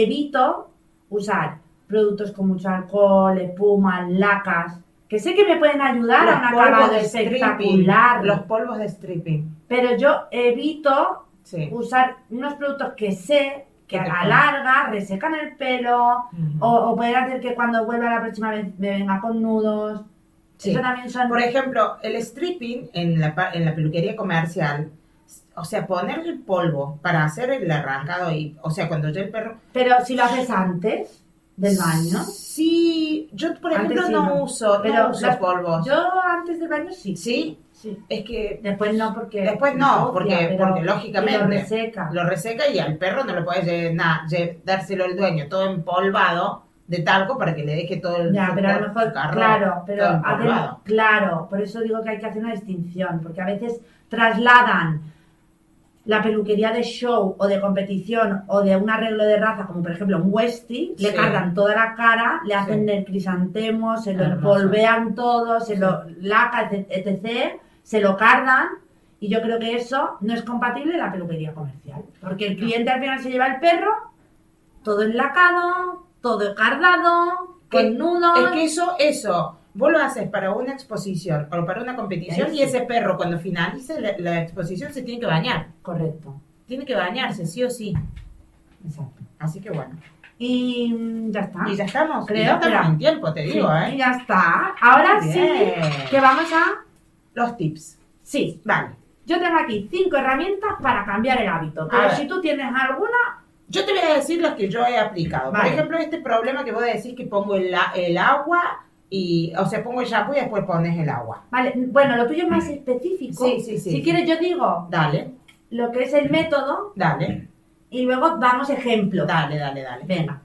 evito usar productos con mucho alcohol, espumas, lacas, que sé que me pueden ayudar a un acabado espectacular. stripping, los polvos de stripping. Pero yo evito Sí. usar unos productos que sé que Que te alarga, resecan el pelo Ujú. o, o pueden hacer que cuando vuelva la próxima vez me venga con nudos. Sí. Eso también son Por ejemplo, el stripping en la, pa- en la peluquería comercial o sea, ponerle el polvo para hacer el arrancado y, o sea, cuando ya el perro... Pero si lo haces antes del baño. Sí, yo por Antes ejemplo sí, no, no. uso, Pero no uso las- polvos. Yo antes del baño sí. Sí, Sí. es que Después no, porque. Después no, obvia, porque- pero- porque lógicamente. y Lo reseca. lo reseca y al perro no le puedes eh, nada, lle- dárselo el dueño todo empolvado de talco para que le deje todo el Ya, su pero a cor- lo su mejor, carro claro, pero todo a ver, empolvado. claro, por eso digo que hay que hacer una distinción, porque a veces trasladan la peluquería de show o de competición o de un arreglo de raza, como por ejemplo un Westie, le Sí. cargan toda la cara, le hacen Sí. el crisantemo, se lo Hermoso. polvean todo, se lo laca, etc, etc, se lo cargan. Y yo creo que eso no es compatible en la peluquería comercial. Porque el cliente al final se lleva el perro, todo enlacado, todo cardado, Que- con nudos. Es que eso, eso, vos lo haces para una exposición o para una competición Ahí y sí. ese perro cuando finalice la, la exposición se tiene que bañar. Correcto, Tiene que bañarse, sí o sí. exacto. Así que bueno. Y mm, ya está. y ya estamos, creo ya que estamos la- en tiempo, te Sí, digo, y ¿eh? ya está. Ahora Muy sí, bien. que vamos a... Los tips. Sí, Vale. yo tengo aquí cinco herramientas para cambiar el hábito. A Pero ver. si tú tienes alguna, Yo te voy a decir las que yo he aplicado. Vale. Por ejemplo, este problema que vos decís que pongo el, a- el agua y, o sea, pongo el shampoo y después pones el agua. vale, bueno, lo tuyo es más específico. Sí, sí, sí. Si quieres yo digo Dale, lo que es el método dale, y luego damos ejemplos. dale, dale, dale. Venga.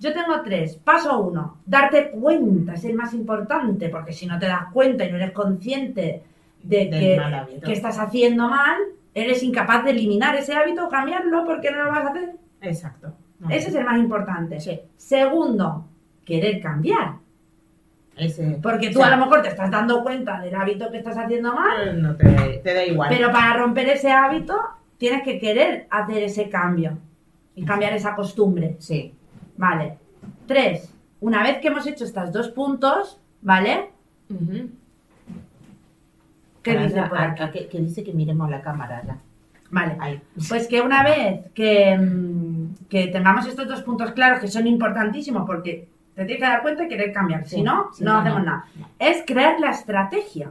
Yo tengo tres. Paso uno, darte cuenta, es el más importante, porque si no te das cuenta y no eres consciente de Del que, mal hábito. que estás haciendo mal, eres incapaz de eliminar ese hábito o cambiarlo porque no lo vas a hacer. Exacto. Ese es el más importante. Sí. Segundo, querer cambiar. Ese- Porque tú Sí. a lo mejor te estás dando cuenta del hábito que estás haciendo mal, Eh, No te, da- te da igual. pero para romper ese hábito tienes que querer hacer ese cambio y cambiar esa costumbre. Sí. Vale. Tres. Una vez que hemos hecho estos dos puntos, ¿vale? ¿Qué Ahora, Ah, dice por a- aquí? a que, que dice que miremos la cámara ya. Vale. Ahí. Pues que una vez que, mm, que tengamos estos dos puntos claros, que son importantísimos, porque te tienes que dar cuenta y querer cambiar. Sí, si no, sí, no, no, hacemos no. nada. Es crear la estrategia.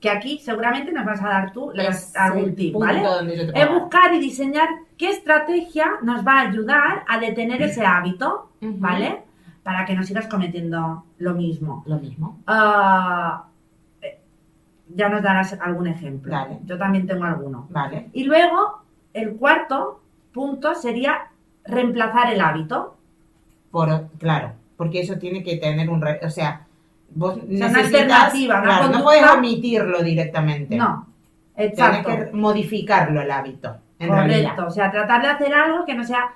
Que aquí seguramente nos vas a dar tú la- Es algún el tip, punto ¿vale? donde yo te Es pongo. buscar y diseñar qué estrategia nos va a ayudar a detener ese hábito, ¿vale? Para que no sigas cometiendo lo mismo. Lo mismo. Ah, eh, ya nos darás algún ejemplo. Dale. Yo también tengo alguno. Vale. Y luego, el cuarto punto sería reemplazar el hábito. Por, claro, porque eso tiene que tener un... re- o sea, vos necesitas... alternativa, una claro, conducta- no puedes omitirlo directamente. No, Tienes exacto. que modificarlo el hábito. En realidad. Correcto. O sea, tratar de hacer algo que no sea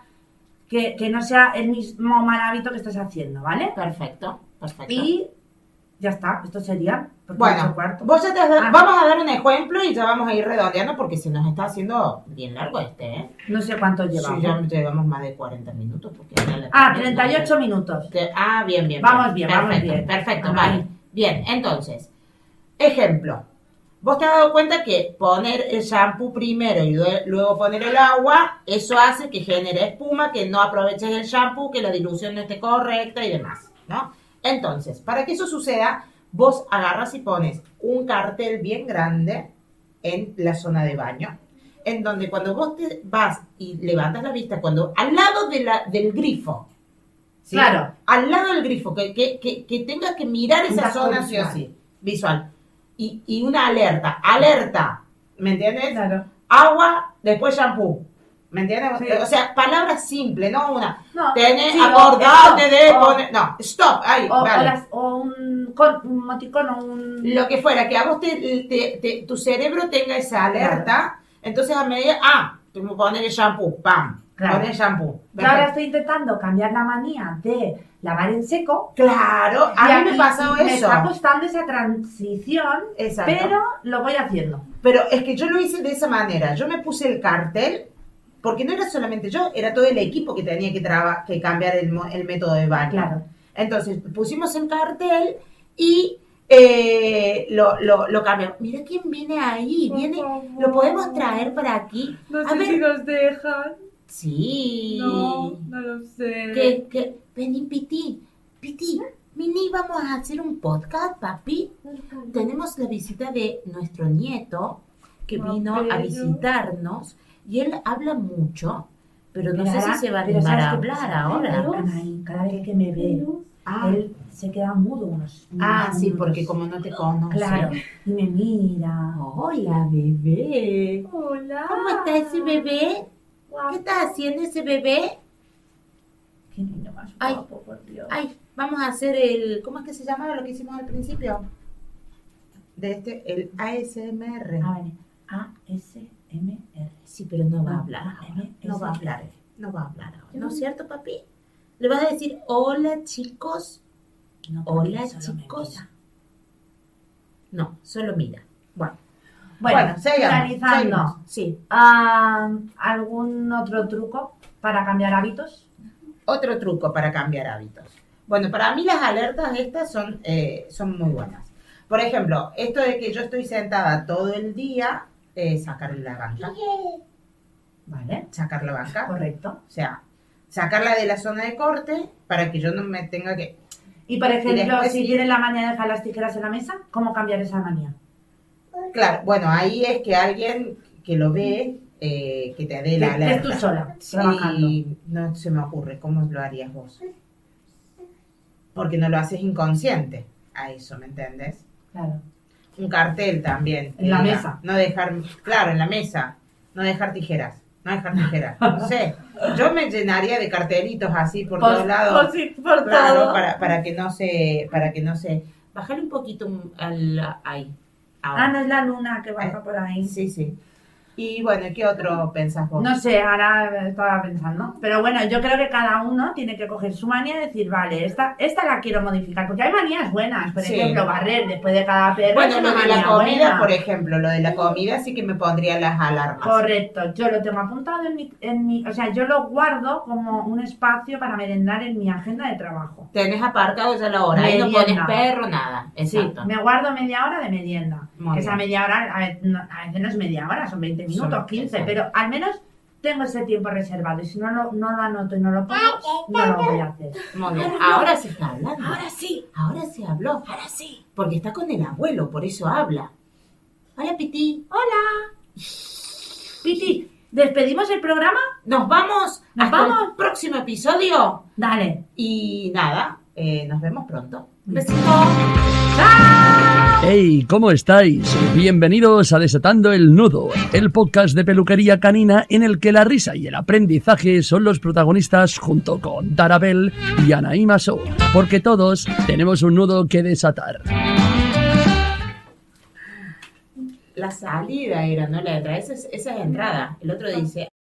que, que no sea el mismo mal hábito que estás haciendo, ¿vale? Perfecto, perfecto. Y ya está. Esto sería. porque es el bueno, cuarto. vos ya te has dado- Ah. vamos a dar un ejemplo y ya vamos a ir redondeando porque se nos está haciendo bien largo este, ¿eh? No sé cuánto Sí, llevamos. ya llevamos más de 40 minutos. Porque ya la- Ah, 38 minutos. Te- Ah, bien, bien. Vamos bien, vamos perfecto, bien. Perfecto, Ahí. vale. Bien, entonces, ejemplo. Vos te has dado cuenta que poner el shampoo primero y due- luego poner el agua, eso hace que genere espuma, que no aproveches el shampoo, que la dilución no esté correcta y demás, ¿no? Entonces, para que eso suceda, vos agarras y pones un cartel bien grande en la zona de baño, en donde cuando vos te vas y levantas la vista, cuando al lado de la- del grifo, ¿sí? Claro. al lado del grifo, que, que, que, que tengas que mirar esa Una zona zona sí o sí, visual. Y, y una alerta, alerta, ¿me entiendes? Claro. Agua, después shampoo. ¿Me entiendes? Sí. O sea, palabras simples, no una. No, Tenés, sí, o acordate esto, de o- poner. No, stop, ahí, O, o vale. las- o un, con, un emoticono, un... Lo que fuera, que a vos te, te- te- tu cerebro tenga esa alerta, entonces a medida. Ah, tú me pones el shampoo, pam. Claro. Pones shampoo. Yo ahora Perfecto. estoy intentando cambiar la manía de lavar en seco. Claro, a y mí me aquí pasó Me eso. está costando esa transición, Exacto. pero lo voy haciendo. Pero es que yo lo hice de esa manera. Yo me puse el cartel, porque no era solamente yo, era todo el equipo que tenía que, traba- que cambiar el, mo- el método de baño. Claro. Entonces pusimos el cartel y eh, lo, lo, lo cambiamos. Mira quién viene ahí. Viene, ¿Lo podemos traer para aquí? No A sé ver. si nos dejan. Sí. No, no lo sé. ¿Qué, qué? Vení, Piti. Piti, Mini, vamos a hacer un podcast, papi. Tenemos la visita de nuestro nieto que No, vino a pero- visitarnos y él habla mucho, pero no sé si se va a pero animar a ¿sabes qué hablar pasa? ahora. Anaí, cada vez que me ve, Ah, él se queda mudo unos ah, sí, minutos. porque como no te conoce. Claro, y me mira. Hola, bebé. Hola. ¿Cómo está ese bebé? ¿Qué está haciendo ese bebé? Qué niño más Ay. guapo, por Dios. Ay, vamos a hacer el... ¿Cómo es que se llama? llamaba lo que hicimos al principio? De este, el ASMR. Ah, vale. A-S-M-R. Sí, pero no va a No, Mm. hablar. no, ahora. no, No va a ese- hablar. No va a hablar. hablar ahora. ¿No es cierto, papi? Le vas a decir, hola, chicos. No, porque Hola, solo me chicos. mira. No, solo mira. Bueno, Bueno, sigamos, finalizando. seguimos. Sí. Ah, ¿Algún otro truco para cambiar hábitos? Otro truco para cambiar hábitos. Bueno, para mí las alertas estas son, eh, son muy buenas. Por ejemplo, esto de que yo estoy sentada todo el día, eh, sacar la banca. Vale, Sacar la banca. correcto. O sea, sacarla de la zona de corte para que yo no me tenga que... Y por ejemplo, después si sí. tienes la manía de dejar las tijeras en la mesa, ¿cómo cambiar esa manía? Claro, bueno, ahí es que alguien que lo ve, eh, que te dé Que la estés alerta. tú sola, Sí, trabajando. no se me ocurre cómo lo harías vos. Porque no lo haces inconsciente. A eso, ¿me entendés? Claro. Un cartel también. que En la diga, mesa. No dejar, claro, en la mesa. No dejar tijeras. No dejar tijeras. *laughs* No sé. Yo me llenaría de cartelitos así por, todos lados. Claro, para, para que no se, para que no se. Bájale un poquito al... Ahí. Ah, Ahora. no es la luna que baja por ahí. Eh, Sí, sí. Y bueno, ¿qué otro pensás vos? No sé, ahora estaba pensando. Pero bueno, yo creo que cada uno tiene que coger su manía y decir, vale, esta, esta la quiero modificar. Porque hay manías buenas. Por Sí. ejemplo, barrer después de cada perro. bueno, es lo una de la manía comida, buena. por ejemplo, lo de la comida sí que me pondría las alarmas. Correcto, yo lo tengo apuntado en mi, en mi. O sea, yo lo guardo como un espacio para merendar en mi agenda de trabajo. Tenés apartado ya la hora. Ahí no pones Merienda. perro, nada. Sí, Exacto. me guardo media hora de merienda. Muy Esa bien. media hora, a ve- no- a veces no es media hora, son 20 minutos, Son- 15, exacto. pero al menos tengo ese tiempo reservado. Y si no lo, no lo anoto y no lo pongo, no lo voy a hacer. Muy bien. Ahora se está hablando. Ahora sí, Ahora se habló. ahora sí. Porque está con el abuelo, por eso habla. Hola, Piti. Hola. Piti, ¿despedimos el programa? Nos vamos. ¿Nos Hasta vamos? el próximo episodio. Dale. Y nada, eh, nos vemos pronto. Besitos. ¡Hey! ¿Cómo estáis? Bienvenidos a Desatando el Nudo, el podcast de peluquería canina en el que la risa y el aprendizaje son los protagonistas junto con Darabel y Anaí Maso, porque todos tenemos un nudo que desatar. Ah. La salida era, ¿no? La de atrás, esa es, esa es la entrada. El otro dice,